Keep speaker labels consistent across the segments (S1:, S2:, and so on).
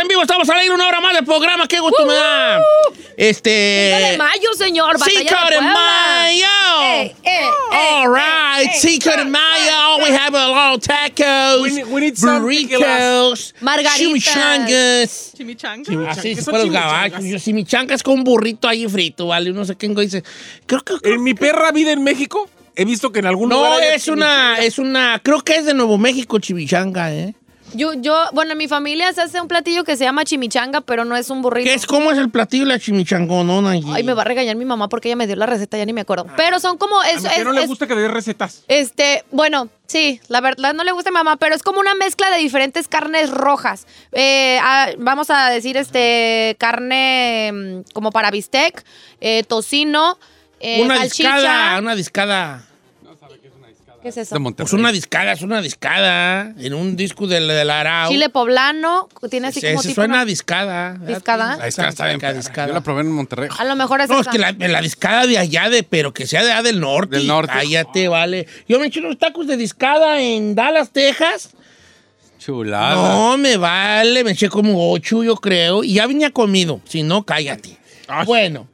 S1: amigos, estamos alegres una hora más del programa. ¡Qué gusto me da! Este...
S2: 5 Uh-huh. de mayo, señor. Batalla
S1: 5 de
S2: Puebla. Eh,
S1: mayo!
S2: Ey, ey, ey,
S1: All right,
S2: ey,
S1: Cinco de
S2: ey.
S1: Mayo. We have a lot of tacos,
S3: We need- we need something que
S1: burritos,
S2: Margaritas.
S1: chimichangas.
S3: Chimichanga.
S1: Así
S3: ¿Qué
S1: se
S3: son
S1: puede los
S3: chimichangas?
S1: gabachos. Yo, chimichangas con un burrito ahí frito, ¿vale? No sé quién güey dice. Creo que.
S3: En mi perra vida en México, he visto que en algún lugar.
S1: no,
S3: hay
S1: es una, es una. Creo que es de Nuevo México, chimichanga, ¿eh?
S2: Yo, yo, bueno, en mi familia se hace un platillo que se llama chimichanga, pero no es un burrito.
S1: ¿Qué es? ¿Cómo es el platillo de la chimichangonona? allí?
S2: Ay, me va a regañar mi mamá porque ella me dio la receta, ya ni me acuerdo. Pero son como.
S1: Ah,
S3: A
S2: Es,
S3: mi perro
S2: es-
S3: no le
S2: es-
S3: gusta que dé recetas.
S2: Este, bueno, sí, la verdad no le gusta a mi mamá, pero es como una mezcla de diferentes carnes rojas. Eh, ah, vamos a decir, este, carne mm, como para bistec, eh, tocino, eh,
S1: Una
S2: salchicha.
S1: discada, una discada.
S2: ¿Qué es eso?
S3: De Monterrey.
S1: Pues una discada, es una discada. ¿eh? En un disco del, del Arau.
S2: Chile poblano, tiene así
S1: Se,
S2: como
S1: se
S2: tipo
S1: suena
S2: una-
S1: a discada.
S2: ¿Discada?
S3: La discada está bien.
S1: Discada,
S3: perra.
S1: discada.
S3: Yo la probé en Monterrey.
S2: A lo mejor es
S1: No, es
S2: esa.
S1: que la, la discada de allá, de, pero que sea de allá del norte.
S3: Del norte.
S1: Ahí ya te vale. Yo me eché unos tacos de discada en Dallas, Texas.
S3: Chulada.
S1: no, me vale. Me eché como ocho, yo creo. Y ya venía comido. Si no, cállate.
S3: Ay.
S1: Bueno.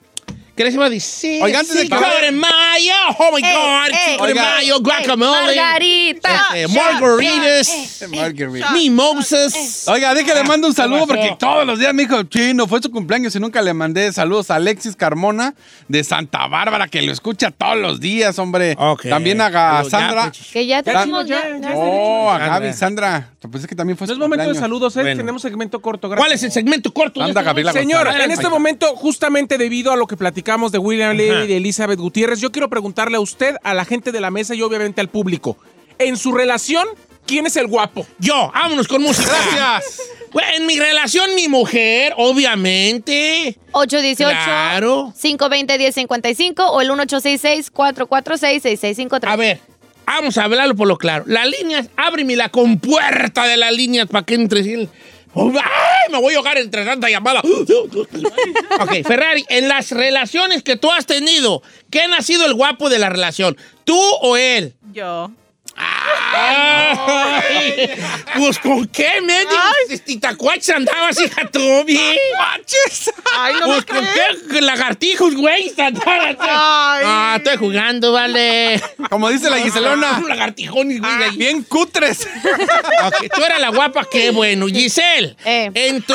S1: ¿Qué les iba a decir?
S3: Oiga, antes de
S1: Cinco
S3: acabar-
S1: de mayo. Oh, my
S2: Ey,
S1: God.
S2: ey,
S1: Cinco de
S3: oiga.
S1: mayo. Guacamole.
S2: Margarita.
S1: este, margaritas.
S3: Margarita.
S1: Mimosas.
S3: Oiga,
S1: Ah,
S3: déjale, mando un
S1: pasó?
S3: saludo porque todos los días me dijo, chino, fue su cumpleaños y nunca le mandé saludos a Alexis Carmona de Santa Bárbara, que lo escucha todos los días, hombre.
S1: Ok.
S3: También a Ga-
S1: Saludos, ya,
S3: Sandra.
S1: pues.
S2: Que ya te
S3: Ya,
S2: dijimos,
S4: ya,
S2: ya-
S4: ya.
S2: ya-
S3: Oh, a
S1: Sandra.
S3: Gaby, Sandra. Pues es que también fue
S4: No
S3: su
S4: es momento de
S3: cumpleaños.
S4: saludos, ¿eh?
S1: Bueno.
S4: Tenemos segmento corto. gracias.
S1: ¿Cuál es el segmento corto? de
S3: Anda,
S1: este
S3: Gabriela
S1: momento?
S4: Señor,
S3: González.
S4: en este momento, justamente debido a lo que platicamos de William Levy y de Elizabeth Gutiérrez, yo quiero preguntarle a usted, a la gente de la mesa y obviamente al público, en su relación, ¿quién es el guapo?
S1: Yo, vámonos con música.
S3: Gracias.
S1: Bueno, En mi relación, mi mujer, obviamente.
S2: 818
S1: Claro.
S2: 520 1055 o el 1866 446 6653.
S1: A ver, vamos a hablarlo por lo claro. Las líneas, ábreme la compuerta de las líneas para que entre el... ¡Ay! Me voy a ahogar entre tanta llamada. ok, Ferrari, en las relaciones que tú has tenido, ¿quién ha sido el guapo de la relación? ¿Tú o él?
S5: Yo.
S1: Ay, pues con qué Este, medio titacuaches andabas, hija tú, bien.
S5: Ay, no me
S1: Pues con qué lagartijos, güey, andabas.
S5: Ay.
S1: Ah, estoy jugando, vale.
S3: Como dice la
S1: Barcelona.
S3: Giselona,
S1: Un lagartijón y güey, de allí.
S3: bien cutres.
S1: Ah. Ok, Tú eras la guapa, qué bueno. Giselle,
S2: Eh.
S1: en tu...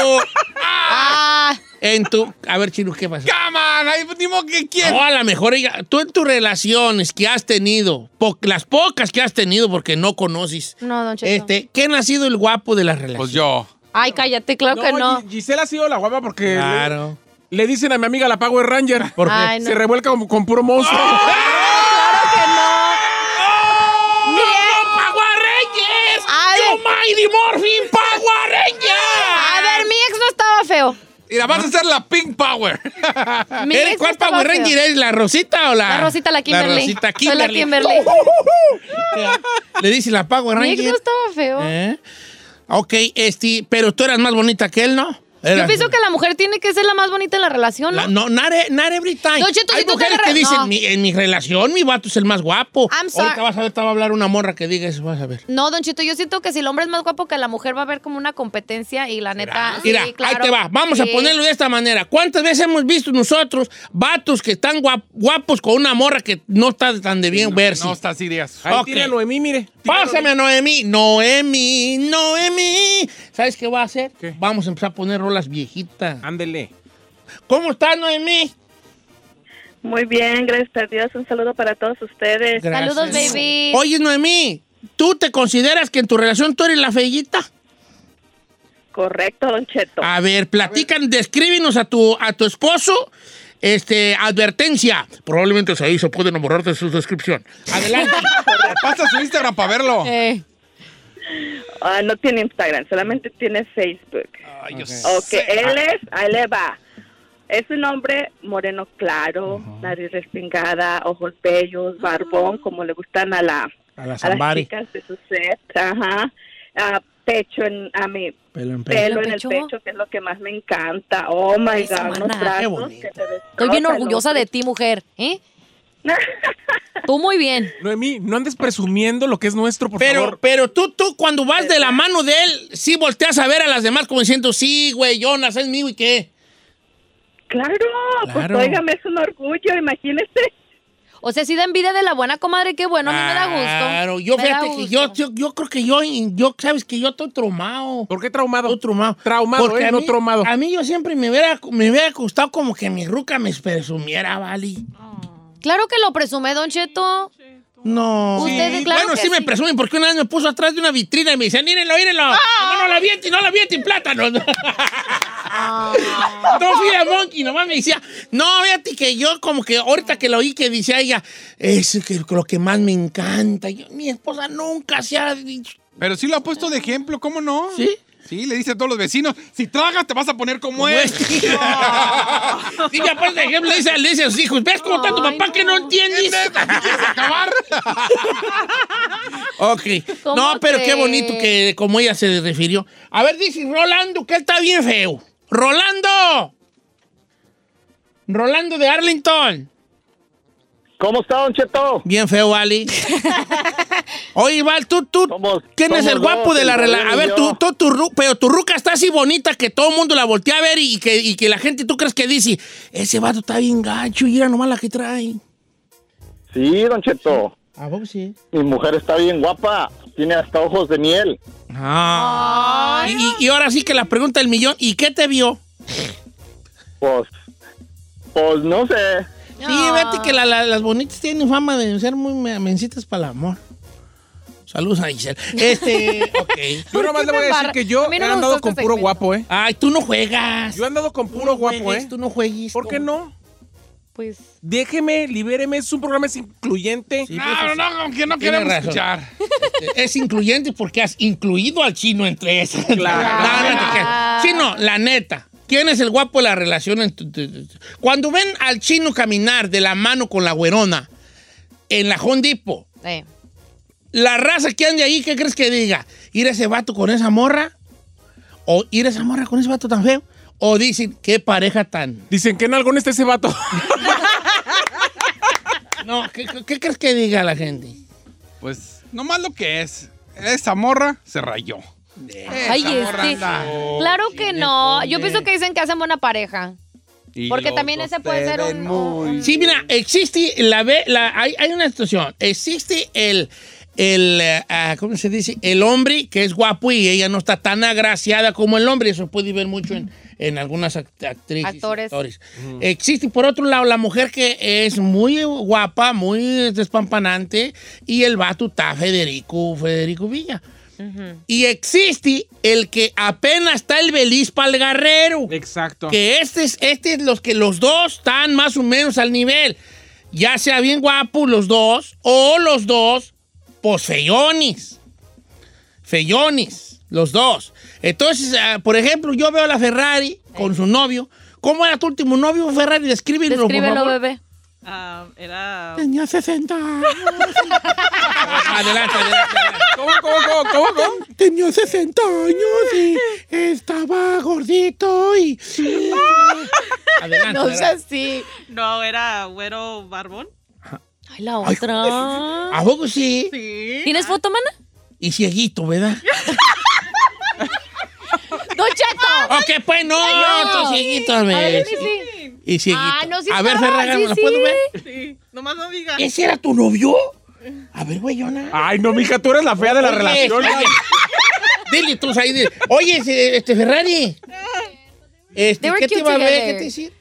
S2: Ah,
S1: En tu... A ver, Chino, ¿qué pasó?
S3: ¡Caman! Ahí dimos que quién.
S1: No, a lo mejor, ella- tú en tus relaciones que has tenido, po- las pocas que has tenido porque no conoces,
S2: no, don Cheto.
S1: este, ¿quién ha sido el guapo de las relaciones?
S3: Pues yo.
S2: Ay, cállate, claro que no.
S4: Gi- Gisela ha sido la guapa porque
S1: Claro.
S4: le, le dicen a mi amiga la Power Ranger.
S1: ¿Por qué?
S2: Ay, no.
S4: Se revuelca como con puro monstruo.
S2: Claro que no.
S1: ¡No, no, Power Rangers!
S2: A
S1: ¡Yo,
S2: ver.
S1: Mighty Morphin Power
S2: A
S1: Rangers!
S2: ver, mi ex no estaba feo.
S3: Y la vas a hacer la Pink Power.
S2: Mi
S1: ¿Eres
S2: ex
S1: cuál
S2: no estaba
S1: Power
S2: feo.
S1: Ranger eres? ¿La Rosita o la...?
S2: La Rosita, la Kimberly.
S1: La Rosita
S2: Soy
S1: Kimberly. Oh,
S2: la Kimberly.
S1: Le dice la Power
S2: mi
S1: Ranger.
S2: ex no estaba feo.
S1: ¿Eh? Ok, este, pero tú eras más bonita que él, ¿no?
S2: Yo pienso que la mujer tiene que ser la más bonita en la relación, ¿no?
S1: La- no, not, e- not every time.
S2: No, Cheto,
S1: Hay
S2: si tú te
S1: mujeres que
S2: agarras-
S1: dicen,
S2: no.
S1: "Mi- en mi relación mi vato es el más guapo.
S2: I'm sorry.
S1: Ahorita vas a ver, te va a hablar una morra que diga eso, vas a ver.
S2: No, Don Chito, yo siento que si el hombre es más guapo que la mujer va a haber como una competencia y la neta. Ah, sí,
S1: Ah, Mira,
S2: claro.
S1: ahí te va. Vamos a
S2: Sí.
S1: ponerlo de esta manera. ¿Cuántas veces hemos visto nosotros vatos que están guap- guapos con una morra que no está tan de bien verse?
S3: No, está Sirias.
S4: Ahí
S1: Ok.
S4: tiene a Noemí, mire.
S1: Pásame a Noemí. Noemí, Noemí. ¿Sabes qué va a hacer?
S4: ¿Qué?
S1: Vamos a empezar a poner rolas viejitas.
S4: Ándele.
S1: ¿Cómo estás, Noemí?
S6: Muy bien, gracias a Dios. Un saludo para todos ustedes.
S2: Saludos,
S1: Gracias.
S2: baby.
S1: Oye, Noemí, ¿tú te consideras que en tu relación tú eres la fellita?
S6: Correcto, Don Cheto.
S1: A ver, platican, descríbenos a tu, a tu esposo. Este, advertencia. Probablemente ahí se pueden borrarte su descripción. Adelante.
S3: Pasa su Instagram para verlo.
S2: Eh,
S6: Ah, no tiene Instagram, solamente tiene Facebook.
S3: Ay, yo
S6: Ok,
S3: sé.
S6: él es, ahí le va. Es un hombre moreno claro, nariz respingada, ojos bellos, barbón, como le gustan Ah. a, la,
S1: a la
S6: a las
S1: Zambari.
S6: chicas de su set. Ajá. Ah, pecho en, a mi
S1: Pelo en pelo.
S6: pelo
S2: ¿En
S6: en el
S2: pecho?
S6: pecho, que es lo que más me encanta. Oh my
S2: Esa
S6: God,
S2: mana.
S6: unos
S2: Qué
S6: brazos
S1: bonito.
S6: que te
S2: Estoy bien
S6: destrozan,
S2: orgullosa
S6: hombre.
S2: de ti, mujer. ¿Eh? Tú muy bien.
S4: Noemí, no andes presumiendo lo que es nuestro, por
S1: Pero,
S4: favor.
S1: pero tú, tú, cuando vas de
S2: Este.
S1: la mano de él, sí volteas a ver a las demás como diciendo, sí, güey, Jonas, es mío y qué.
S6: Claro, pues
S1: Claro.
S6: óigame, es un orgullo, imagínese.
S2: O sea, si da envidia de la buena comadre, qué bueno, a mí me da gusto.
S1: Claro, yo,
S2: Me da
S1: fíjate que
S2: gusto.
S1: yo, yo, yo creo que yo, yo, sabes que yo estoy traumado.
S4: ¿Por qué traumado?
S1: Estoy traumado.
S4: Traumado,
S1: Porque
S4: ¿eh?
S1: a
S4: No
S1: mí-
S4: traumado.
S1: A mí yo siempre me hubiera, me hubiera gustado como que mi ruca me presumiera, ¿vale?
S2: Claro que lo presume, Don Cheto.
S1: No.
S2: Ustedes, claro
S1: bueno,
S2: que
S1: sí, me
S2: sí. Ah.
S1: presumen porque una vez me puso atrás de una vitrina y me dicen, mírenlo, mírenlo. No, no la viente, no la viente, plátano. no fui a Monkey, nomás me decía, no, fíjate que yo como que ahorita que lo oí que decía ella, es que lo que más me encanta. Yo, mi esposa nunca se ha dicho.
S3: Pero sí lo ha puesto de ejemplo, ¿cómo no?
S1: ¿Sí?
S3: Sí, le dice a todos los vecinos, si tragas te vas a poner como él.
S4: este,
S1: Sí, mi aparte, pues, ejemplo, le dice, le dice a sus hijos, ¿ves cómo está tu
S2: Ay,
S1: papá que no
S2: no.
S1: entiendes?
S3: acabar?
S1: Ok.
S2: ¿Cómo
S1: No, pero qué
S2: crees?
S1: bonito que como ella se refirió. A ver, dice Rolando, que él está bien feo. ¡Rolando! Rolando de Arlington.
S7: ¿Cómo está, Don Cheto?
S1: Bien feo, Ali. Oye, Val, tú, tú,
S7: Somos-
S1: ¿quién es
S7: somos
S1: el guapo
S7: dos,
S1: de la
S7: el
S1: relación? A ver,
S7: Rolando y
S1: tú, tú, tu ru- pero tu ruca está así bonita que todo el mundo la voltea a ver y que, y que la gente, tú crees que dice, ese vato está bien gacho y era nomás la que trae.
S7: Sí, Don Cheto.
S1: ¿A vos sí?
S7: Mi mujer está bien guapa. Tiene hasta ojos de miel.
S1: Ah. Y, y- y ahora sí que la pregunta del millón, ¿y qué te vio?
S7: Pues, pues no sé.
S1: Sí, vete que la- la- las bonitas tienen fama de ser muy me- mencitas para el amor. Saludos a Giselle. Este, ok.
S2: qué
S4: Yo nomás le voy a
S2: me
S4: decir
S2: embarra-
S4: que yo
S2: A mí no
S4: he
S2: me
S4: andado
S2: gustó
S4: con
S2: este
S4: puro
S2: segmento.
S4: guapo, ¿eh?
S1: Ay, tú no juegas.
S4: Yo he andado con
S1: Tú
S4: puro
S1: no
S4: guapo,
S1: juegues,
S4: ¿eh?
S1: Tú no juegues.
S4: ¿Por qué no?
S2: Pues.
S4: Déjeme, libéreme, es un programa es incluyente. Ah.
S1: Sí, pues,
S3: No, no, aunque no
S1: Tiene
S3: queremos
S1: razón.
S3: escuchar.
S1: Es incluyente porque has incluido al chino entre esas.
S4: Claro.
S1: No, no te creas. Sí, no, la neta. ¿Quién es el guapo de la relación? en tu- tu- tu- tu- Cuando ven al chino caminar de la mano con la güerona en la Hondipo,
S2: Eh.
S1: la raza que ande ahí, ¿qué crees que diga? ¿Ir ese vato con esa morra? ¿O ir esa morra con ese vato tan feo? ¿O dicen, qué pareja tan...?
S4: Dicen que en algún está ese vato.
S1: No, ¿qué, qué- qué crees que diga la gente?
S3: Pues, nomás lo que es. Esa morra se rayó.
S2: Ay, este. Claro que no. Yo pienso que dicen que hacen buena pareja.
S3: Y
S2: Porque
S3: los
S2: también
S3: dos
S2: ese puede
S3: se
S2: ser un-
S3: ven muy-
S2: un-
S1: Sí, mira, existe la... ve- la hay, hay una situación. Existe el... El, eh, ah, ¿Cómo se dice? El hombre que es guapo y ella no está tan agraciada como el hombre. Eso puede ver mucho en, en algunas act- actrices.
S2: Actores.
S1: actores. Existe, por otro lado, la mujer que es muy guapa, muy despampanante, y el vato está Federico, Federico Villa. Y existe el que apenas está el beliz para el guerrero.
S4: Exacto.
S1: Que este es, este es los que los dos están más o menos al nivel. Ya sea bien guapo los dos, o los dos, pues feyones. Feyones, los dos. Entonces, ah, por ejemplo, yo veo a la Ferrari con su novio. ¿Cómo era tu último novio, Ferrari? Descríbelo, por
S2: Descríbelo,
S1: favor.
S2: bebé.
S5: Ah, era.
S1: Tenía 60 años. adelante, adelante, adelante.
S4: ¿Cómo, cómo, cómo, cómo, cómo?
S1: Tenía 60 años y estaba gordito y... adelante,
S2: No
S1: adelante.
S2: sea así.
S5: No, era güero barbón.
S2: Ay, la otra.
S1: ¿A poco sí?
S5: Sí.
S2: ¿Tienes foto, mana?
S1: Y cieguito, ¿verdad?
S2: ¡Don Cheto!
S1: ok, pues no, tú cieguito.
S2: Ah, A
S1: me-
S2: ver, sí.
S1: Y cieguito.
S2: Ah, no, sí
S1: A ver,
S2: estaba,
S1: Ferragamo,
S2: sí,
S1: ¿la puedo
S2: sí.
S1: ver?
S5: Sí. Nomás no diga.
S1: ¿Ese era tu novio? A ver, güeyona.
S4: Ay, no, mija, tú eres la fea de Ah, la
S1: Oye,
S4: relación.
S1: oye. Dile tú, ahí. dile. Oye, ese- este Ferrari. Este,
S2: They were
S1: ¿Qué te
S2: cute
S1: iba a ver?
S2: together.
S1: ¿Qué te decir?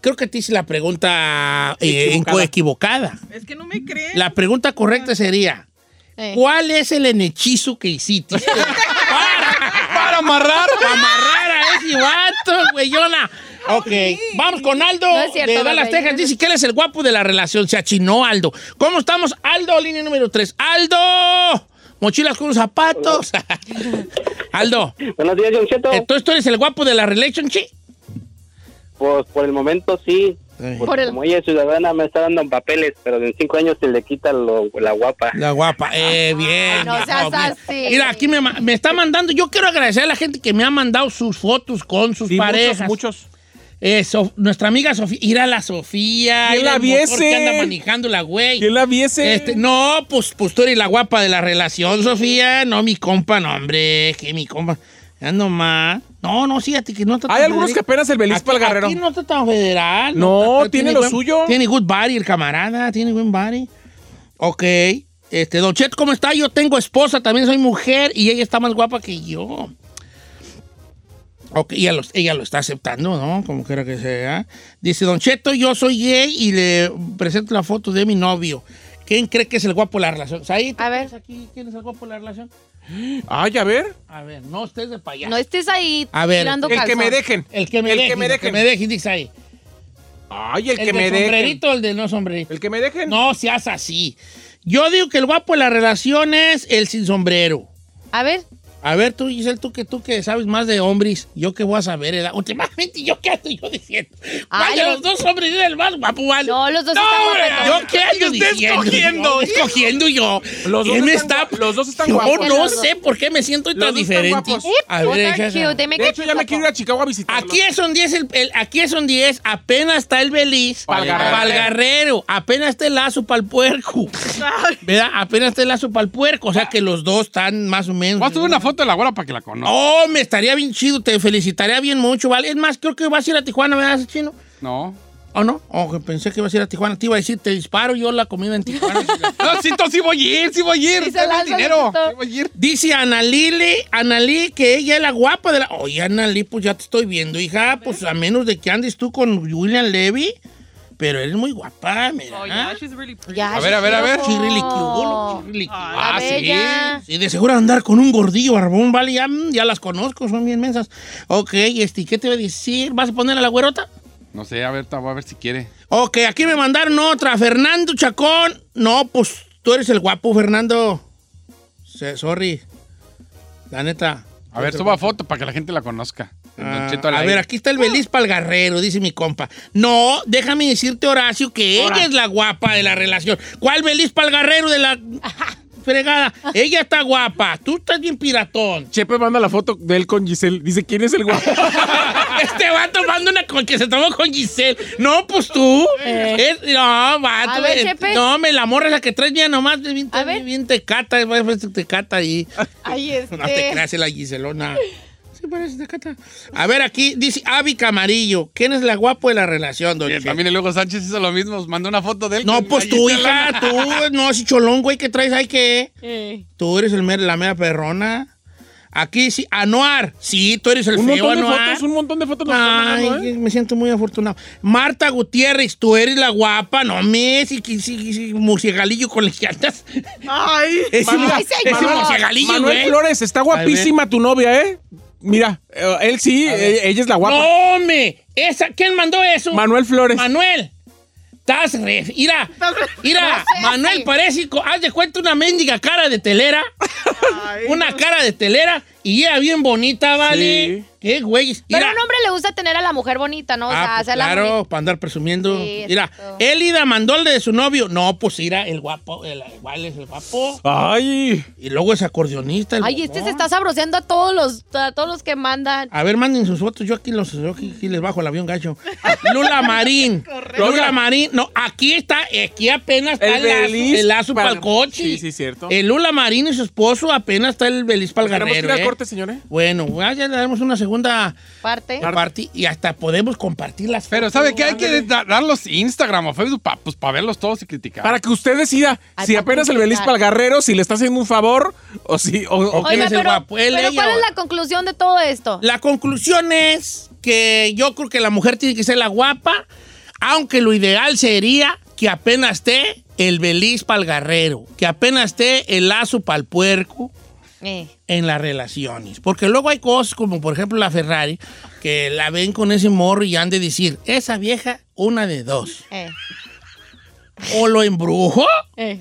S1: Creo que te hice la pregunta eh,
S4: Equivocada.
S1: inco- equivocada.
S5: Es que no me creen.
S1: La pregunta correcta sería:
S2: Eh.
S1: ¿Cuál es el hechizo que hiciste?
S3: Para amarrar.
S1: Para amarrar a ese vato, güeyona. Ok, vamos con Aldo
S2: No es cierto,
S1: de Dallas,
S2: bebé.
S1: Texas. Dice que él es el guapo de la relación. Se achinó Aldo. ¿Cómo estamos, Aldo? Línea número 3. ¡Aldo! Mochilas con zapatos. Aldo,
S7: Buenos días, Don Cheto.
S1: entonces tú eres el guapo de la relationship.
S7: Pues por el momento sí. Porque
S2: Por el-
S7: Como ella es ciudadana, me está dando papeles, pero en cinco años se le quita lo- la guapa.
S1: La guapa. Eh, bien.
S2: no
S1: mi
S2: seas
S1: amor, bien.
S2: así.
S1: Mira, aquí me, ma- me está mandando. Yo quiero agradecer a la gente que me ha mandado sus fotos con sus
S4: Sí,
S1: parejas.
S4: muchos, muchos.
S1: Eh, Sof- nuestra amiga Sofía, ir a la Sofía,
S4: ¿Quién
S1: ir
S4: la
S1: al motor
S4: viese?
S1: que anda manejando la güey.
S4: ¿Quién la viese?
S1: Este, no, pues, pues tú eres la guapa de la relación, Sofía. No, mi compa, no, hombre, que mi compa. Ya nomás. No, no, sí, a ti que no está
S4: Hay algunos
S1: federal.
S4: que apenas el Belispa
S1: Aquí-
S4: al Guerrero.
S1: Aquí no está tan federal.
S4: No,
S1: está-
S4: tiene lo
S1: buen-
S4: suyo.
S1: Tiene good body el camarada, tiene buen body. Ok. Este, Don Cheto, ¿cómo está? Yo tengo esposa, también soy mujer y ella está más guapa que yo. Ok, ella lo, ella lo está aceptando, ¿no? Como quiera que sea. Dice, Don Cheto, yo soy gay y le presento la foto de mi novio. ¿Quién cree que es el guapo de la relación? Said, ¿tú
S2: A ver.
S1: crees aquí quién es el guapo de la relación?
S4: Ay, a ver.
S1: A ver, no estés de payaso.
S2: No estés ahí
S1: A ver,
S2: tirando
S4: El que
S2: calzón.
S4: me dejen.
S1: el que me
S4: el
S1: deje,
S4: que me
S1: el que
S4: dejen.
S1: me deje, dice ahí.
S4: Ay, el,
S1: El,
S4: que me
S1: del
S4: dejen.
S1: sombrerito o el de no sombrerito.
S4: El que me dejen.
S1: No seas así. Yo digo que el guapo de la relación es el sin sombrero.
S2: A ver,
S1: A ver, tú, Giselle, tú que tú que sabes más de hombres, yo qué voy a saber, edad. Últimamente, yo qué estoy yo diciendo. ¿Cuál
S2: Ay,
S1: de
S2: Ah, yo-
S1: los dos hombres es el más guapo, vale?
S2: no, los dos
S4: No,
S2: están
S4: hombre,
S2: guapetones.
S1: Yo qué ando
S4: Usted
S1: diciendo,
S4: escogiendo,
S1: yo, escogiendo yo.
S4: Los dos
S1: ¿Quién me
S4: están
S1: está?
S4: guap- los dos están
S1: yo
S4: guapos.
S1: no
S2: Los dos.
S1: sé por qué me siento
S4: Los
S1: tan
S4: dos están
S1: diferente.
S4: guapos.
S1: A ver,
S2: What are
S1: échale.
S2: you? They make
S4: De
S2: it
S4: hecho, ya me
S2: cute.
S4: quiero ir a Chicago a visitar.
S1: Aquí es un 10, el, el- aquí es un 10, apenas está el Beliz,
S4: Pa'l Guerrero.
S1: pa'l Guerrero, apenas está el lazo para el puerco, ¿verdad? Apenas está el lazo para el puerco, o sea que los dos están más o menos.
S3: Voy a subir una foto de la güera para que la conozca.
S1: Oh, me estaría bien chido, te felicitaría bien mucho, ¿vale? Es más, creo que vas a ir a Tijuana, ¿verdad, chino?
S3: No.
S1: ¿O no? Oh, que pensé que ibas a ir a Tijuana, te iba a decir, te disparo yo la comida en Tijuana.
S3: No, sí, to- sí voy a ir, sí voy a ir.
S2: Sí se
S3: Dame el
S2: lanza,
S3: dinero.
S2: Luisito.
S3: Sí voy a ir.
S1: Dice Ana Lili, Ana Lili, que ella es la guapa de la... Oye, Ana Lili, pues ya te estoy viendo, hija. Pues a menos de que andes tú con William Levy, pero eres muy guapa, mira.
S5: Oh, yeah, she's really pretty.
S2: Ya,
S3: A ver, a ver, a ver.
S1: She's really cute,
S2: Oh.
S1: look, she's really cute.
S5: Ay,
S3: Ah,
S2: La
S3: sí.
S2: bella.
S1: Sí, de seguro andar con un gordillo barbón, vale, ya, mm, ya las conozco, son bien mensas. Ok, este, ¿qué te voy a decir? ¿Vas a poner a la güerota?
S3: No sé, a ver, ta- voy a ver si quiere.
S1: Ok, aquí me mandaron otra. Fernando Chacón. No, pues tú eres el guapo, Fernando. Se- sorry. La neta.
S3: A ver, suba foto para que la gente la conozca. El Don
S1: Ah,
S3: Cheto al
S1: a
S3: aire.
S1: ver, aquí está el Belis Palgarrero, dice mi compa. No, déjame decirte, Horacio, que ella es la guapa de la relación. ¿Cuál Belis Palgarrero de la fregada? Ella está guapa. Tú estás bien piratón.
S4: Chepe manda la foto de él con Giselle. Dice, ¿quién es el guapo?
S1: Este va tomando una con que se tomó con Giselle. No, pues tú. Es- no, vato.
S2: Eh. A ver,
S1: eh,
S2: Chepe.
S1: no, me la morra la que traes mira nomás. Bien, bien-
S2: A ver.
S1: bien te cata, bien te cata ahí.
S2: Ahí este.
S1: No te creas, es la Giselona. Sí, parece te cata. A ver, aquí dice Avi Camarillo. ¿Quién es la guapo de la relación, don
S3: Bien,
S1: Chepe?
S3: También el Hugo Sánchez hizo lo mismo. pues, Mandó una foto de él.
S1: No,
S3: con-
S1: pues
S3: ahí
S1: tú,
S3: está la-
S1: hija, tú, no, si cholón, güey, que traes ahí que.
S2: Eh.
S1: Tú eres el, mer- la mera perrona. Aquí sí, Anuar. Sí, tú eres el
S4: un
S1: feo,
S4: montón de
S1: Anuar.
S4: fotos, un montón de
S2: Pues,
S4: fotos. nos están mandando, ¿eh?
S1: ¿eh? Ay, me siento muy afortunado. Marta Gutiérrez, tú eres la guapa, no me, si, si, si, si murciagalillo con las llantas.
S5: Ay.
S1: Ese, mu-
S2: Ay,
S1: ese
S2: señor.
S1: murciagalillo,
S4: Manuel
S1: güey.
S4: Flores, está guapísima tu novia, ¿eh? Mira, eh, él sí, eh, ella es la guapa.
S1: No, me. Esa, ¿Quién mandó eso?
S4: Manuel Flores.
S1: Manuel. Estás re... Mira, mira,
S2: sé,
S1: Manuel
S2: sí.
S1: parece, co- haz de cuenta una mendiga cara de telera, una cara de telera, y ella bien bonita, vale.
S4: Sí.
S1: Qué güey.
S2: Pero
S1: Mira.
S2: a un hombre le gusta tener a la mujer bonita, ¿no? O
S1: Ah,
S2: sea,
S1: pues
S2: hacerla
S1: claro,
S2: bonita.
S1: para andar presumiendo.
S2: Sí,
S1: Mira,
S2: exacto.
S1: Elida mandó el de su novio. No, pues mira, el guapo, el, igual es el guapo.
S4: Ay,
S1: Y luego es acordeonista. el
S2: Ay, este
S1: bobón.
S2: se está sabroseando a todos los, a todos los que mandan.
S1: A ver, manden sus fotos. Yo aquí los yo aquí, aquí les bajo el avión gacho. Lula Marín. Lula Marín. No, aquí está, aquí apenas está el,
S4: El
S1: lazo,
S4: Belis
S1: el lazo para el
S4: para-
S1: coche.
S4: Sí, sí, cierto. Pues
S1: El Lula Marín y su esposo apenas está el Belis para el
S4: tenemos que ir
S1: guerrero.
S4: al
S1: ¿eh?
S4: corte, señores.
S1: Bueno, ya le daremos una segunda
S2: Parte.
S1: parte y hasta podemos compartir las
S3: Pero
S1: fotos.
S3: ¿sabe qué? Hay que da- darlos Instagram o Facebook para pues, pa verlos todos y criticar.
S4: Para que usted decida
S2: Ay,
S4: si
S2: para
S4: apenas el
S2: criticar.
S4: Belis Palgarrero, si le está haciendo un favor o si. o- o-
S1: Oye, ¿Quién es el guapo? Él,
S2: pero
S1: ella,
S2: ¿cuál es
S1: o-
S2: la conclusión de todo esto?
S1: La conclusión es que yo creo que la mujer tiene que ser la guapa, aunque lo ideal sería que apenas esté el beliz para el guerrero, que apenas esté el lazo para el puerco
S2: Eh.
S1: en las relaciones. Porque luego hay cosas como, por ejemplo, la Ferrari, que la ven con ese morro y han de decir, esa vieja, una de dos.
S2: Eh.
S1: O lo embrujó,
S2: Eh.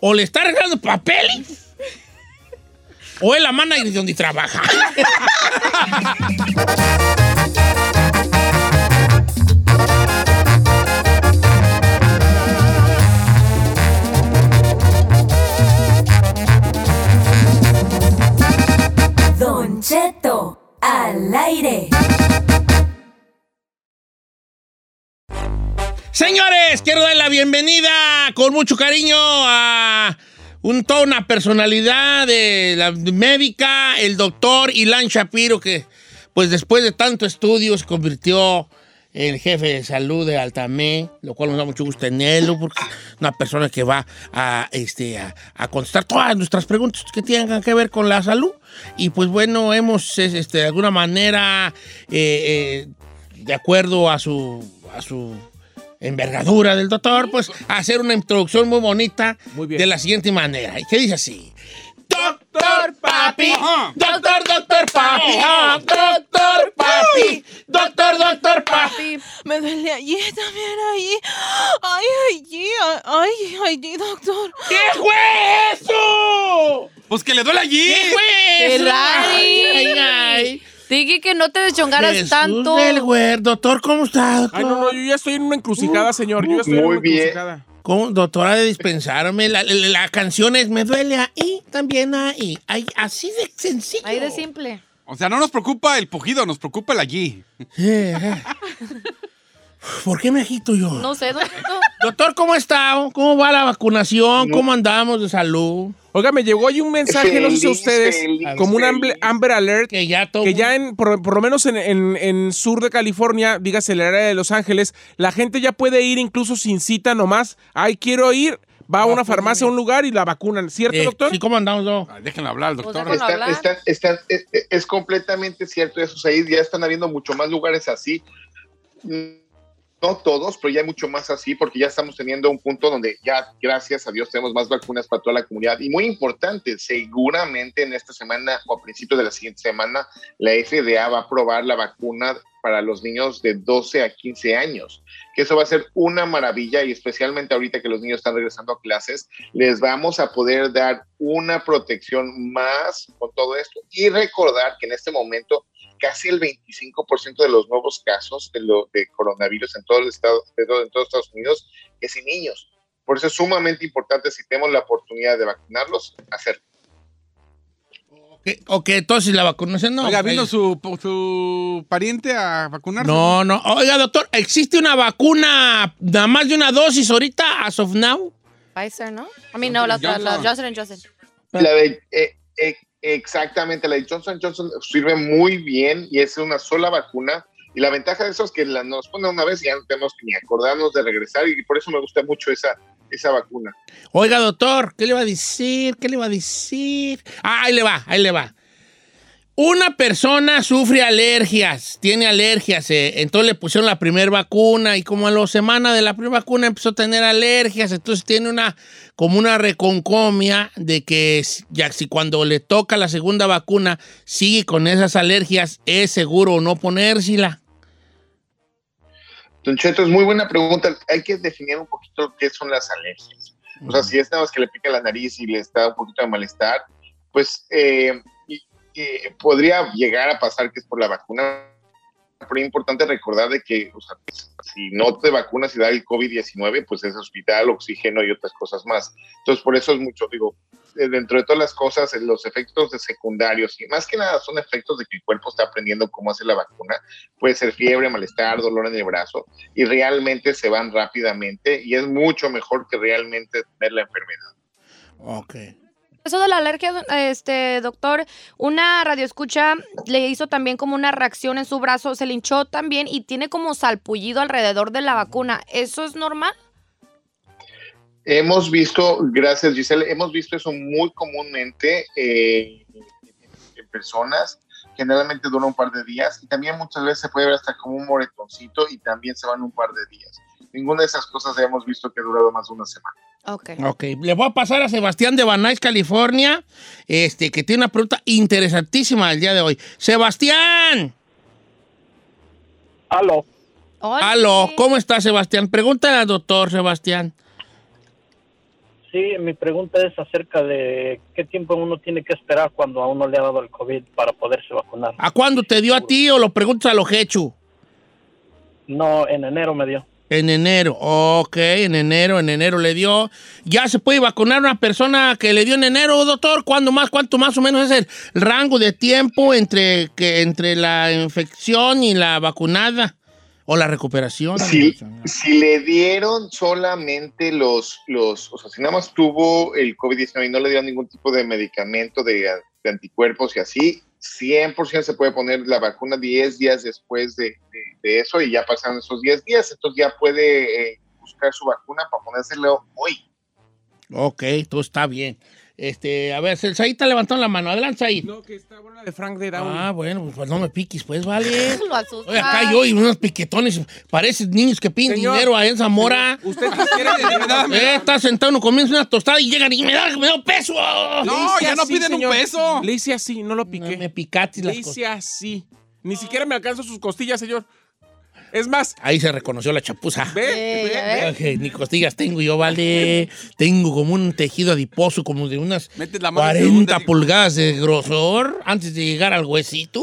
S1: o le está regalando papeles, o es la manager donde trabaja.
S8: Don Cheto, al aire.
S1: Señores, quiero dar la bienvenida con mucho cariño a un, toda una personalidad de la médica, el doctor Ilan Shapiro, que pues después de tanto estudio se convirtió en jefe de salud de Altamé, lo cual nos da mucho gusto tenerlo, porque es una persona que va a, este, a, a contestar todas nuestras preguntas que tengan que ver con la salud. Y pues bueno, hemos es- este, de alguna manera eh, eh, de acuerdo a su, a su envergadura del doctor, pues hacer una introducción muy bonita
S4: Muy bien.
S1: de la siguiente manera. ¿Y qué dice así? Doctor Papi, doctor, doctor Papi, ah, doctor Papi, doctor, doctor Papi.
S5: Me duele allí, también allí. Ay, allí, ay, allí, doctor.
S1: ¿Qué fue eso?
S3: Pues que le duele allí.
S1: ¿Qué fue eso?
S2: Ferrari.
S1: Ay, ay,
S2: Dije que no te
S1: ay.
S2: deschongaras
S1: Jesús
S2: tanto.
S1: del güer, doctor, ¿cómo está, doctor?
S4: Ay, no, no, yo ya estoy en una encrucijada, señor. Yo ya estoy en
S7: Muy
S4: una
S7: bien.
S4: encrucijada.
S1: ¿Cómo, doctora, de dispensarme? La, la- la canción es Me duele ahí, también ahí. Ay, así de sencillo.
S2: Ahí de simple.
S3: O sea, no nos preocupa el pujido, nos preocupa el allí.
S1: Eh, eh. ¿Por qué me agito yo?
S2: No sé, doctor.
S1: Doctor, ¿cómo está? ¿Cómo va la vacunación? ¿Cómo andamos de salud?
S4: Oiga, me llegó ahí un mensaje, no sé si a
S7: Feliz,
S4: ustedes,
S7: feliz,
S4: como un
S7: feliz.
S4: Amber, Amber Alert,
S1: Que ya todo...
S4: que ya en, por, por lo menos en, en- en sur de California, dígase el área de Los Ángeles, la gente ya puede ir incluso sin cita nomás. Ay, quiero ir, va a una farmacia, a un lugar y la vacunan, ¿cierto,
S1: Eh,
S4: doctor?
S1: Sí, ¿cómo andamos, no?
S3: Ay, Déjenlo hablar al doctor.
S2: Pues déjalo.
S8: Está-
S2: hablar.
S8: está- está- es, e-, es completamente cierto eso, Said. Ya están habiendo mucho más lugares así. Mm, No todos, pero ya hay mucho más así porque ya estamos teniendo un punto donde ya, gracias a Dios, tenemos más vacunas para toda la comunidad. Y muy importante, seguramente en esta semana o a principios de la siguiente semana, la FDA va a aprobar la vacuna para los niños de 12 a 15 años, que eso va a ser una maravilla y especialmente ahorita que los niños están regresando a clases, les vamos a poder dar una protección más con todo esto y recordar que en este momento casi el 25% de los nuevos casos de, lo- de coronavirus en todo el estado, de todo- en todos Estados Unidos es en niños. Por eso es sumamente importante si tenemos la oportunidad de vacunarlos, hacerlo.
S1: Ok, ok, entonces la vacunación no.
S3: Oiga,
S1: ok.
S3: vino su, su pariente a vacunarse.
S1: No, no. Oiga, doctor, ¿existe una vacuna nada más de una dosis ahorita, as of now?
S2: Pfizer, ¿no? A mí no, la, la,
S3: Johnson.
S2: la Johnson Johnson.
S8: La de- eh, eh, exactamente, la de Johnson Johnson sirve muy bien y es una sola vacuna. Y la ventaja de eso es que la nos ponen una vez y ya no tenemos que ni acordarnos de regresar y por eso me gusta mucho esa, esa vacuna.
S1: Oiga, doctor, ¿qué le va a decir? ¿Qué le va a decir? Ah, ahí le va, ahí le va. Una persona sufre alergias, tiene alergias, eh, entonces le pusieron la primera vacuna y como a la semana de la primera vacuna empezó a tener alergias, entonces tiene una como una reconcomia de que s- ya si cuando le toca la segunda vacuna sigue con esas alergias, es seguro no ponérsela.
S8: Don Cheto, es muy buena pregunta. Hay que definir un poquito qué son las alergias. O sea, si es nada más que le pica la nariz y le está un poquito de malestar, pues eh, y- y podría llegar a pasar que es por la vacuna. Pero es importante recordar de que o sea, pues, si no te vacunas y da el COVID-19, pues es hospital, oxígeno y otras cosas más. Entonces, por eso es mucho, digo, eh, dentro de todas las cosas, eh, los efectos de secundarios, y más que nada son efectos de que el cuerpo está aprendiendo cómo hacer la vacuna, puede ser fiebre, malestar, dolor en el brazo, y realmente se van rápidamente y es mucho mejor que realmente tener la enfermedad.
S1: Ok.
S2: Eso de la alergia, do- este doctor, una radioescucha le hizo también como una reacción en su brazo, se le hinchó también y tiene como salpullido alrededor de la vacuna. ¿Eso es normal?
S8: Hemos visto, gracias Giselle, hemos visto eso muy comúnmente eh, en personas, generalmente dura un par de días y también muchas veces se puede ver hasta como un moretoncito y también se van un par de días. Ninguna de esas cosas hemos visto que ha durado más de una semana.
S2: Ok.
S1: Ok, le voy a pasar a Sebastián de Banais, California, este, que tiene una pregunta interesantísima el día de hoy. Sebastián,
S7: Aló.
S2: Hola.
S1: aló, ¿cómo está Sebastián? Pregúntale al doctor Sebastián.
S7: Sí, mi pregunta es acerca de qué tiempo uno tiene que esperar cuando a uno le ha dado el COVID para poderse vacunar.
S1: ¿A cuándo te dio a ti o lo preguntas a los hechu?
S7: No, en enero me dio.
S1: En enero, ok, en enero, en enero le dio. ¿Ya se puede vacunar una persona que le dio en enero, doctor? ¿Cuándo más, cuánto más o menos es el rango de tiempo entre, que, entre la infección y la vacunada? o la recuperación.
S8: Si, si le dieron solamente los, los, o sea, si nada más tuvo el COVID-19 y no le dieron ningún tipo de medicamento de, de anticuerpos y así, 100% se puede poner la vacuna 10 días después de, de- de eso y ya pasaron esos 10 días, entonces ya puede eh, buscar su vacuna para ponérselo hoy.
S1: Ok, todo está bien. Este, a ver, Said está levantando la mano. Adelante, Said.
S4: No, que está buena la de Frank de Down.
S1: ah, bueno, pues, pues no me piques, pues, vale.
S2: Lo asusta.
S1: Oye, acá yo y unos piquetones. Parecen niños que piden
S4: Señor.
S1: dinero ahí en Zamora.
S4: Usted quisiera de verdad.
S1: Eh, está sentado, uno comienza una tostada y llegan y me da, me da un peso.
S4: Le
S3: No,
S4: hice
S3: ya no
S4: así,
S3: piden un
S4: señor.
S3: peso.
S4: Le hice así, no lo
S1: No
S4: piqué.
S1: me picatis
S4: le
S1: las
S4: hice
S1: cosas.
S4: así. Ni siquiera me alcanzo sus costillas, señor. Es más,
S1: Ahí se reconoció la chapuza.
S4: ve,
S2: Eh,
S4: ve,
S2: ya ves.
S1: Ok, ni costillas tengo yo, vale. Tengo como un tejido adiposo, como de unas
S3: Metes la mano y te
S1: 40
S3: hunde,
S1: pulgadas de grosor antes de llegar al huesito.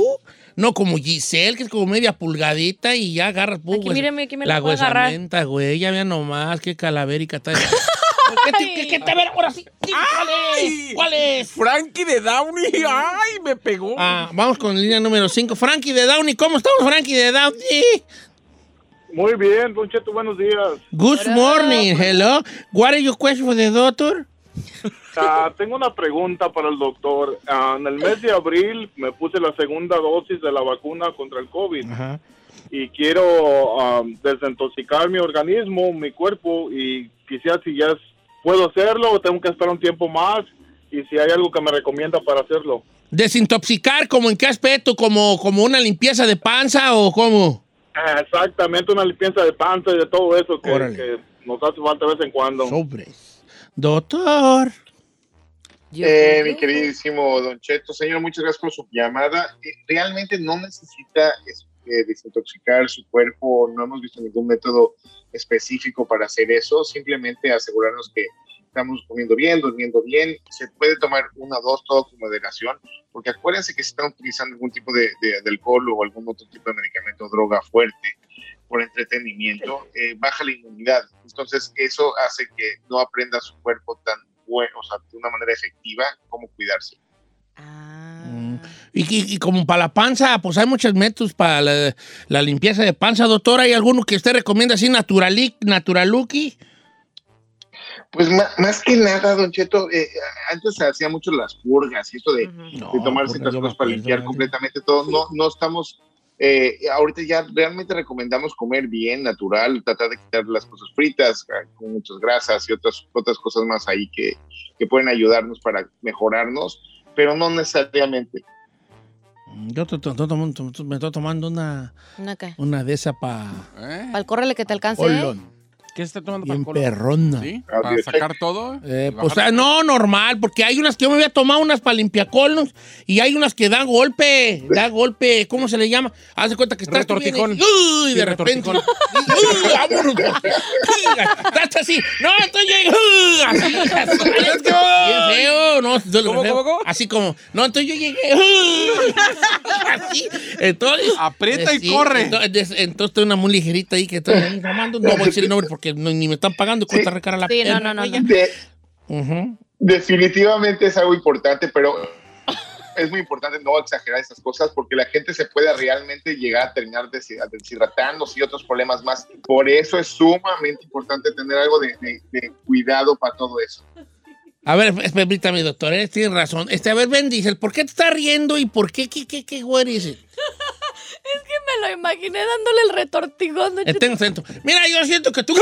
S1: No como Giselle, que es como media pulgadita y ya agarras pum,
S2: Aquí,
S1: hues-
S2: mírame, aquí me
S1: la
S2: la puedo agarrar.
S1: huesamenta, güey. Ya vean nomás qué calavérica está. ¿Qué te, qué- qué te- a ver, ahora sí? sí, ¿Cuál es?
S4: Ay.
S1: ¿Cuál es?
S4: Frankie de Downey. ¡Ay, me pegó!
S1: Ah, vamos con línea número 5. Frankie de Downey. ¿Cómo estamos, Frankie de Downey?
S7: Muy bien, Don Cheto, buenos días.
S1: Good morning, hello. What is your question for the doctor?
S7: Ah, tengo una pregunta para el doctor. Ah, en el mes de abril me puse la segunda dosis de la vacuna contra el COVID
S1: Ajá.
S7: y quiero ah, desintoxicar mi organismo, mi cuerpo y quisiera si ya es- puedo hacerlo o tengo que esperar un tiempo más y si hay algo que me recomienda para hacerlo.
S1: ¿Desintoxicar como en qué aspecto? ¿Como, como una limpieza de panza o cómo?
S7: Ah, Exactamente, una limpieza de panza y de todo eso que,
S1: Órale.
S7: que nos hace falta de vez en cuando.
S1: Sobres. Doctor.
S8: Eh, mi queridísimo Don Cheto, señor, muchas gracias por su llamada. Eh, Realmente no necesita es- eh, desintoxicar su cuerpo, no hemos visto ningún método específico para hacer eso, simplemente asegurarnos que estamos comiendo bien, durmiendo bien, se puede tomar una o dos, todo con moderación, porque acuérdense que si están utilizando algún tipo de, de- de alcohol o algún otro tipo de medicamento, droga fuerte, por entretenimiento, eh, baja la inmunidad. Entonces, eso hace que no aprenda su cuerpo tan bueno, o sea, de una manera efectiva, cómo cuidarse.
S1: Mm. Y, y- y como para la panza, pues hay muchos métodos para la, la limpieza de panza, doctor. ¿Hay alguno que usted recomienda así, naturalic, naturaluki?
S8: Pues ma- más que nada, Don Cheto, eh, antes se hacía mucho las purgas y esto de,
S1: No,
S8: de tomar
S1: porque
S8: ciertas
S1: yo me
S8: cosas para
S1: acuerdo,
S8: limpiar
S1: ¿vale?
S8: completamente todo. No, no estamos, eh, ahorita ya realmente recomendamos comer bien, natural, tratar de quitar las cosas fritas ah, con muchas grasas y otras, otras cosas más ahí que, que pueden ayudarnos para mejorarnos, pero no necesariamente.
S1: Mm, Yo to- to- to- tomo- to- to- me estoy tomando una,
S2: ¿Una qué?
S1: una de esas para
S3: ¿Eh?
S2: Pal, córrele que te alcance. ¿eh?
S1: colon.
S4: ¿Qué está tomando para
S1: Bien
S4: el colon?
S1: perrona.
S3: ¿Sí?
S8: Ah,
S3: Para
S8: bien.
S3: sacar todo.
S1: Eh,
S3: y
S1: pues
S3: bajar-
S1: ah, no, normal, porque hay unas que yo me había tomado unas para limpiacolons y hay unas que dan golpe, da golpe, ¿cómo se le llama? Haz de cuenta que estás tú bien
S4: Retortijón.
S1: y- uy, de
S4: Sí,
S1: repente.
S4: retortijón.
S1: uy, vámonos. Estás así. No, estoy llegando. Así, así. Bien feo, no, yo lo
S4: ¿Cómo,
S1: veo.
S4: cómo, cómo?
S1: Así como, no, entonces yo llegué. uy, Así. Entonces.
S3: Aprieta
S1: eh,
S3: y
S1: sí,
S3: corre.
S1: Entonces, entonces tengo una muy ligerita ahí que estoy ahí tomando. No voy a decir el nombre porque no- ni me están pagando. Cuesta recara la
S2: Sí, no,
S1: pena,
S2: no, no, no.
S1: oiga.
S8: De-
S1: Ujú.
S8: Definitivamente es algo importante, pero es muy importante no exagerar esas cosas porque la gente se puede realmente llegar a terminar deshi- deshidratándose y otros problemas más. Por eso es sumamente importante tener algo de, de- de cuidado para todo eso.
S1: A ver, es- permítame, doctor, eh, tiene razón. Este, a ver, Ben Diesel, ¿por qué te estás riendo y por qué? ¿Qué, qué, qué, what is it?
S2: Me lo imaginé dándole el retortigón.
S1: Eh, tengo acento. Mira, yo siento que tú...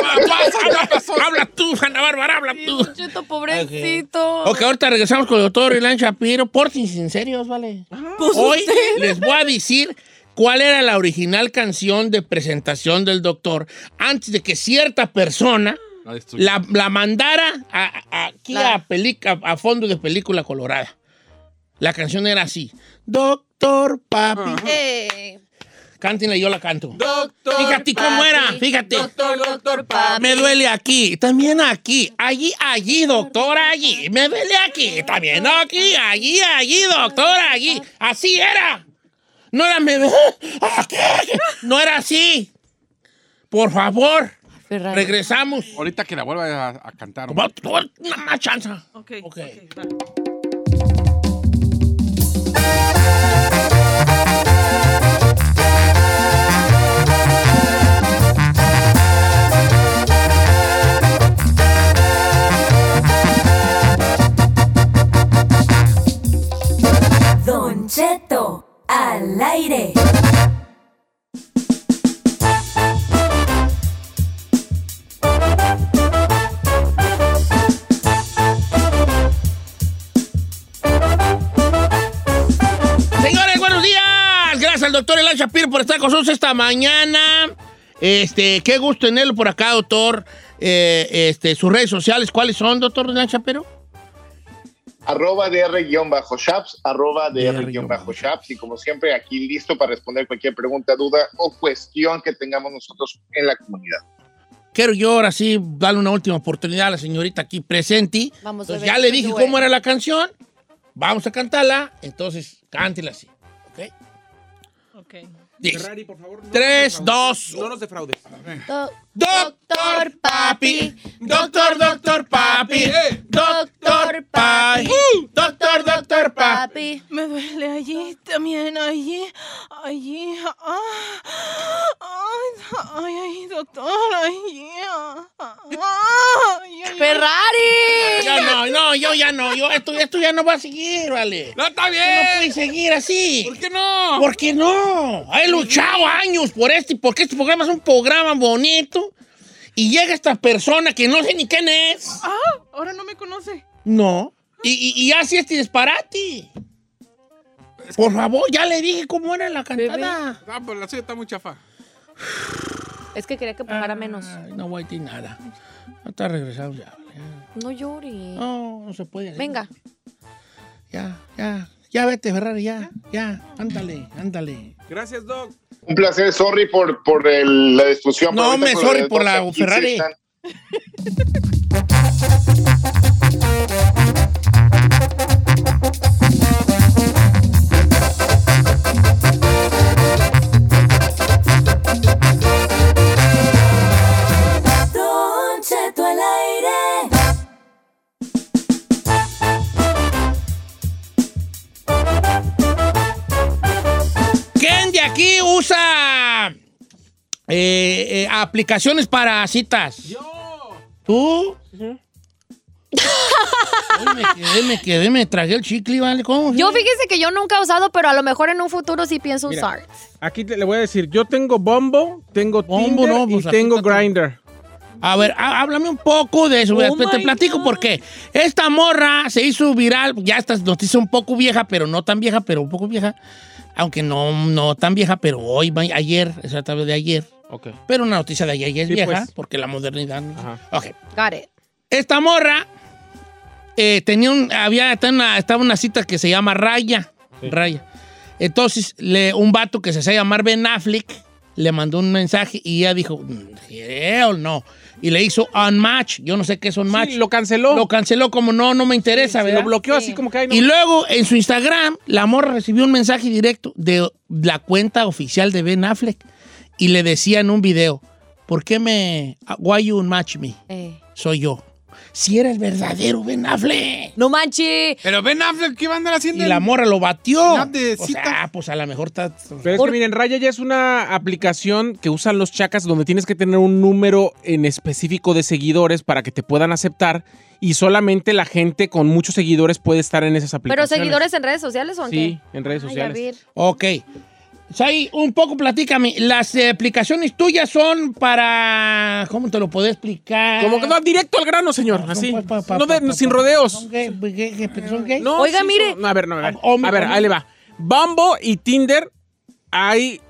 S1: habla, tú, habla, habla tú, Ana Bárbara, habla tú.
S2: Cheto, pobrecito.
S1: Ok, ahorita regresamos con el doctor Ilan Shapiro. Por si sinceros, ¿vale?
S5: Pues,
S2: Pues
S1: Hoy les voy a decir cuál era la original canción de presentación del doctor antes de que cierta persona
S3: La destruye.
S1: la, la mandara a, a- aquí
S2: La-
S1: a, pelic- a- a fondo de película colorada. La canción era así. Doctor Papi.
S2: Eh,
S1: Cántenla y yo la canto.
S4: Doctor.
S1: Fíjate cómo
S2: Papi,
S1: era, fíjate.
S4: Doctor, doctor, papi.
S1: Me duele aquí, también aquí, allí, allí, doctor, allí. Me duele aquí, también aquí, allí, allí, doctor, allí. Así era. No era me duele aquí. No era así. Por favor,
S2: Ferrari.
S1: regresamos.
S3: Ahorita que la vuelva a, a cantar.
S1: Toma- toma Una más chanza.
S5: Ok,
S1: Ok.
S5: ok, va.
S1: Doctor Papi. doctor Elan Shapiro por estar con nosotros esta mañana. Este, qué gusto tenerlo por acá, doctor. Eh, este, sus redes sociales, ¿cuáles son, doctor Elan Shapiro?
S8: Arroba DR-Shaps, arroba
S1: DR-Shaps.
S8: DR-Shaps. Y como siempre, aquí listo para responder cualquier pregunta, duda o cuestión que tengamos nosotros en la comunidad.
S1: Quiero yo ahora sí darle una última oportunidad a la señorita aquí presente.
S2: Vamos a
S1: Entonces,
S2: ver
S1: ya le
S2: qué
S1: dije
S2: duele.
S1: cómo era la canción. Vamos a cantarla. Entonces, cántela así. ¿Ok?
S5: Ok.
S1: Dice,
S4: Ferrari, por favor. no
S1: Tres,
S4: nos defraudes.
S1: dos,
S4: No nos defraudes.
S2: Do-
S1: Doctor Papi, Doctor, Doctor Papi, eh, Doctor Papi, Doctor, Doctor Papi.
S2: Papi.
S5: Me duele allí, también allí, allí. ah, ay, ay, ay, doctor, allí. ah, ah, ay, ay, ay.
S2: ¡Ferrari!
S1: Yo no, no, yo ya no, yo, esto, esto ya no va a seguir, vale.
S3: ¡No está
S1: Esto No
S3: bien!
S1: puede seguir así.
S3: ¿Por qué no?
S1: ¿Por qué no? He luchado años por este, porque este programa es un programa bonito. Y llega esta persona que no sé ni quién es.
S5: Ah, ahora no me conoce.
S1: No. Y, y, y hace este disparate. Por favor, ya le dije cómo era la cantada.
S3: Ah, pues la suya está muy chafa.
S2: Es que quería que pagara menos.
S1: Ay, no voy a decir nada. Hasta regresamos ya. vale.
S2: No llores.
S1: No, no se puede. hacer.
S2: Venga.
S1: Ya, ya. Ya vete, Ferrari, ya, ya. Ándale, ándale.
S4: Gracias, Doc.
S8: Un placer, sorry por, por el- la destrucción.
S1: No,
S8: pero ahorita
S1: me
S8: con lo
S1: sorry
S8: de
S1: por la
S8: Dr. Kids
S1: Ferrari.
S8: están-
S1: ¿Quién de aquí usa eh, eh, aplicaciones para citas? ¿Tú? Ay, me quedé, me quedé, me tragué el chicle, ¿vale? ¿Cómo?
S2: Yo fíjese que yo nunca he usado, pero a lo mejor en un futuro sí pienso
S4: Mira.
S2: usar.
S4: Aquí te- le voy a decir, yo tengo Bombo, tengo
S1: Bumble,
S4: Tinder
S1: no,
S4: y
S1: pues,
S4: tengo
S1: aplica tu-
S4: Grinder.
S1: A ver, há- háblame un poco de eso.
S5: Oh
S1: te te
S5: my
S1: platico
S5: God.
S1: por qué. Esta morra se hizo viral. Ya esta noticia un poco vieja, pero no tan vieja, pero un poco vieja. Aunque no, no tan vieja, pero hoy, ma- ayer, exactamente de ayer.
S4: Ok.
S1: Pero una noticia de ayer ya es
S4: Sí,
S1: vieja,
S4: pues.
S1: porque la modernidad. no-
S4: Ajá.
S1: Ok.
S2: Got it.
S1: Esta morra eh, tenía un, había, estaba en una, estaba en una cita que se llama Raya. Raya. Entonces, le, un vato que se hacía llamar Ben Affleck le mandó un mensaje y ella dijo, "Mm, ¿eh o no? Y le hizo unmatch. Yo no sé qué es unmatch.
S4: Sí,
S1: lo,
S4: lo canceló.
S1: canceló como no, no me interesa,
S4: Se
S1: ¿verdad?
S4: lo bloqueó
S2: Sí.
S4: así como que ay, no.
S1: Y luego en su Instagram, la morra recibió un mensaje directo de la cuenta oficial de Ben Affleck y le decía en un video, ¿por qué me... Why you unmatch me?
S2: Eh.
S1: soy yo. Si era el verdadero Ben Affleck.
S2: No manches.
S3: Pero Ben Affleck, ¿qué va a andar
S1: Y
S3: haciendo?
S1: la morra lo batió.
S3: Ya de
S1: O
S3: citas.
S1: sea, pues a lo mejor está.
S4: Pero es que miren, Raya ya es una aplicación que usan los chacas donde tienes que tener un número en específico de seguidores para que te puedan aceptar y solamente la gente con muchos seguidores puede estar en esas
S2: ¿Pero
S4: aplicaciones.
S2: seguidores en redes sociales o en
S4: Sí,
S2: qué?
S4: en redes
S2: Ay,
S4: sociales.
S2: a ver.
S1: Ok. Sai, un poco platícame. Las eh, aplicaciones tuyas son para. ¿Cómo te lo puedo explicar?
S4: como que va directo al grano, señor,
S1: Ah, Son
S4: así.
S1: pa- pa- pa-
S4: no de-
S1: pa- pa-
S4: sin
S1: pa-
S4: rodeos.
S1: ¿Son gay? pues, ¿Gay? ¿Gay? ¿Son gay?
S4: No,
S2: Oiga,
S4: sí,
S2: mire.
S4: son- no, a ver, no, a ver.
S1: Ah, hombre,
S4: a ver,
S1: hombre.
S4: ahí le va. Bumble y Tinder, ahí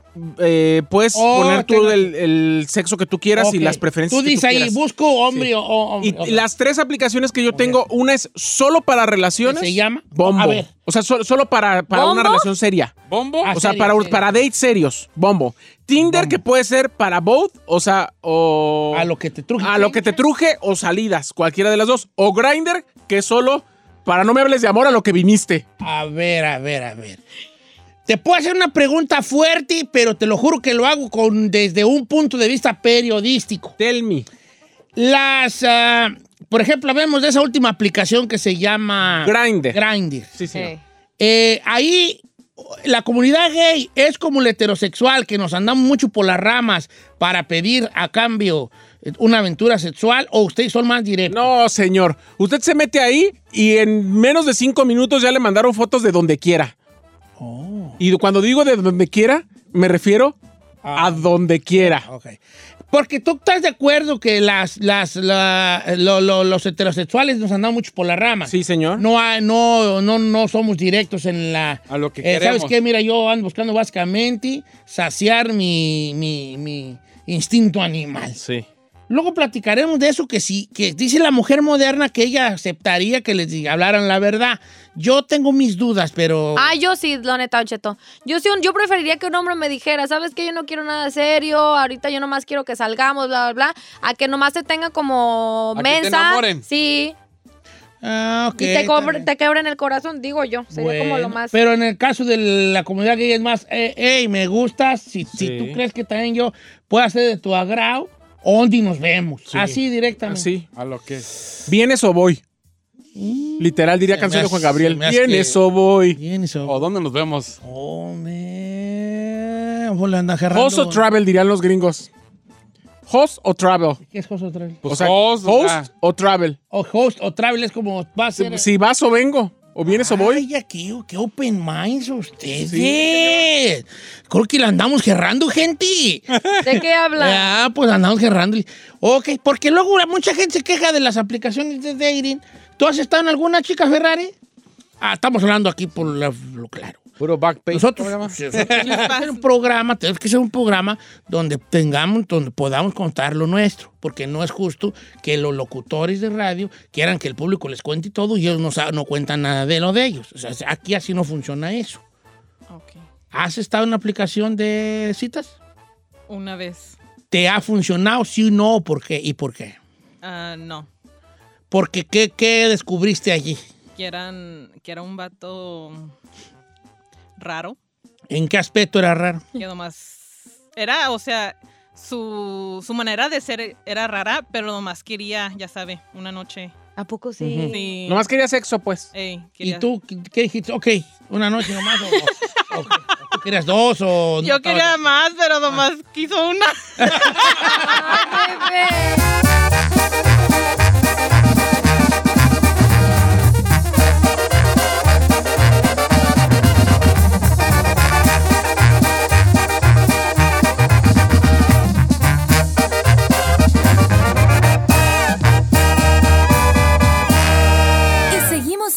S4: eh, puedes
S1: Oh,
S4: poner tú
S1: tengo-
S4: el, el sexo que tú quieras y
S1: Ok.
S4: las preferencias
S1: Tú
S4: que
S1: dices
S4: tú
S1: ahí,
S4: quieras.
S1: busco hombre
S4: Sí.
S1: o, o- hombre.
S4: y
S1: Ok.
S4: las tres aplicaciones que yo tengo, una es solo para relaciones.
S1: ¿Se llama?
S4: Bombo.
S1: A ver.
S4: O sea, solo, solo para, para
S2: ¿Bombo?
S4: una relación seria.
S3: ¿Bombo?
S1: Ah,
S4: o sea,
S1: seria,
S4: para,
S1: seria.
S4: para dates serios. Bombo. Tinder, que puede ser para both, o sea, o.
S1: A lo que te truje.
S4: a lo que te truje o salidas, cualquiera de las dos. O Grinder, que es solo para no me hables de amor a lo que viniste.
S1: A ver, a ver, a ver. Te puedo hacer una pregunta fuerte, pero te lo juro que lo hago con, desde un punto de vista periodístico.
S4: Tell me.
S1: Las, ah, por ejemplo, vemos de esa última aplicación que se llama
S4: Grindr.
S1: Grindr.
S4: Sí, sí.
S2: Eh.
S1: Eh, ahí la comunidad gay es como el heterosexual que nos andamos mucho por las ramas para pedir a cambio eh, una aventura sexual o ustedes son más directos.
S4: No, señor. Usted se mete ahí y en menos de cinco minutos ya le mandaron fotos de donde quiera.
S1: Oh. Ah.
S4: Y cuando digo de donde quiera, me refiero a donde quiera.
S1: Ok. Porque tú estás de acuerdo que las, las, la- lo- lo- los heterosexuales nos andamos mucho por la rama.
S4: Sí, señor.
S1: Ah. No, hay- no, no, no somos directos en la... eh,
S3: A lo que
S1: ¿Sabes
S3: queremos.
S1: qué? Mira, yo ando buscando básicamente saciar mi, mi, mi instinto animal.
S4: Sí.
S1: Luego platicaremos de eso que sí, que dice la mujer moderna que ella aceptaría que les diga- hablaran la verdad. Yo tengo mis dudas, pero...
S2: Ah, yo sí, la neta, Don Cheto. Yo sí, yo preferiría que un hombre me dijera, ¿sabes qué? Yo no quiero nada serio, ahorita yo nomás quiero que salgamos, bla, bla, bla, a que nomás te tenga como
S3: A que te
S2: mensa.
S3: enamoren.
S2: Sí,
S1: Ah, ok,
S2: y te,
S1: está
S2: cobre-
S1: bien.
S2: te quebren el corazón, digo yo. pues, Sería como lo
S1: Bueno,
S2: más.
S1: Pero en el caso de la comunidad gay es más, eh, hey, me gustas, si, si
S4: Sí.
S1: tú crees que también yo pueda ser de tu agrado, ¿dónde nos vemos?
S4: Sí.
S1: Así directamente.
S4: Así.
S3: A lo que.
S4: ¿Vienes o voy? Literal diría
S1: Se
S4: canción
S1: me
S4: de Juan
S1: hace-
S4: Gabriel.
S1: se me hace
S4: ¿Vienes
S1: que-
S4: o voy?
S1: Mm. Bien, eso.
S3: ¿O dónde nos vemos?
S1: Oh, man. Vos le andas agarrando-
S4: Host o travel dirían los gringos. Host o travel.
S1: ¿Qué es host o travel?
S3: Pues
S4: o sea,
S3: host,
S4: host,
S3: o sea.
S4: o travel.
S1: O host o travel es como va a ser.
S4: Si vas o vengo. O vienes o voy.
S1: Ay, aquí, qué open minds ustedes. Creo que la andamos gerrando, gente.
S2: ¿De qué habla?
S1: Ah, pues andamos gerrando. Ok, porque luego mucha gente se queja de las aplicaciones de dating. ¿Tú has estado en alguna chica Ferrari? Ah, estamos hablando aquí por la- lo claro.
S3: Puro backpage.
S1: Nosotros, sí, nosotros tenemos que hacer un programa, tenemos que ser un programa donde tengamos, donde podamos contar lo nuestro, porque no es justo que los locutores de radio quieran que el público les cuente todo y ellos no, sa- no cuentan nada de lo de ellos. O sea, aquí así no funciona eso.
S5: Ok.
S1: ¿Has estado en una aplicación de citas?
S5: Una vez.
S1: ¿Te ha funcionado? Sí, no, ¿por qué? ¿Y por qué?
S5: Ah, no.
S1: Porque ¿qué, qué descubriste allí?
S5: Que, eran, que era un vato raro.
S1: ¿En qué aspecto era raro?
S5: Que nomás. Era, o sea, su, su manera de ser era rara, pero nomás quería, ya sabe, una noche.
S2: ¿A poco sí?
S5: Sí.
S4: Nomás quería sexo, pues.
S5: Ey,
S1: ¿Y
S5: quería-
S1: tú qué- qué dijiste? Ok, una noche nomás. o- o- o- ¿Tú querías dos o...?
S5: Yo
S1: no,
S5: quería más,
S1: Ah.
S5: pero nomás quiso una.
S2: Ay, bebé.
S9: Y seguimos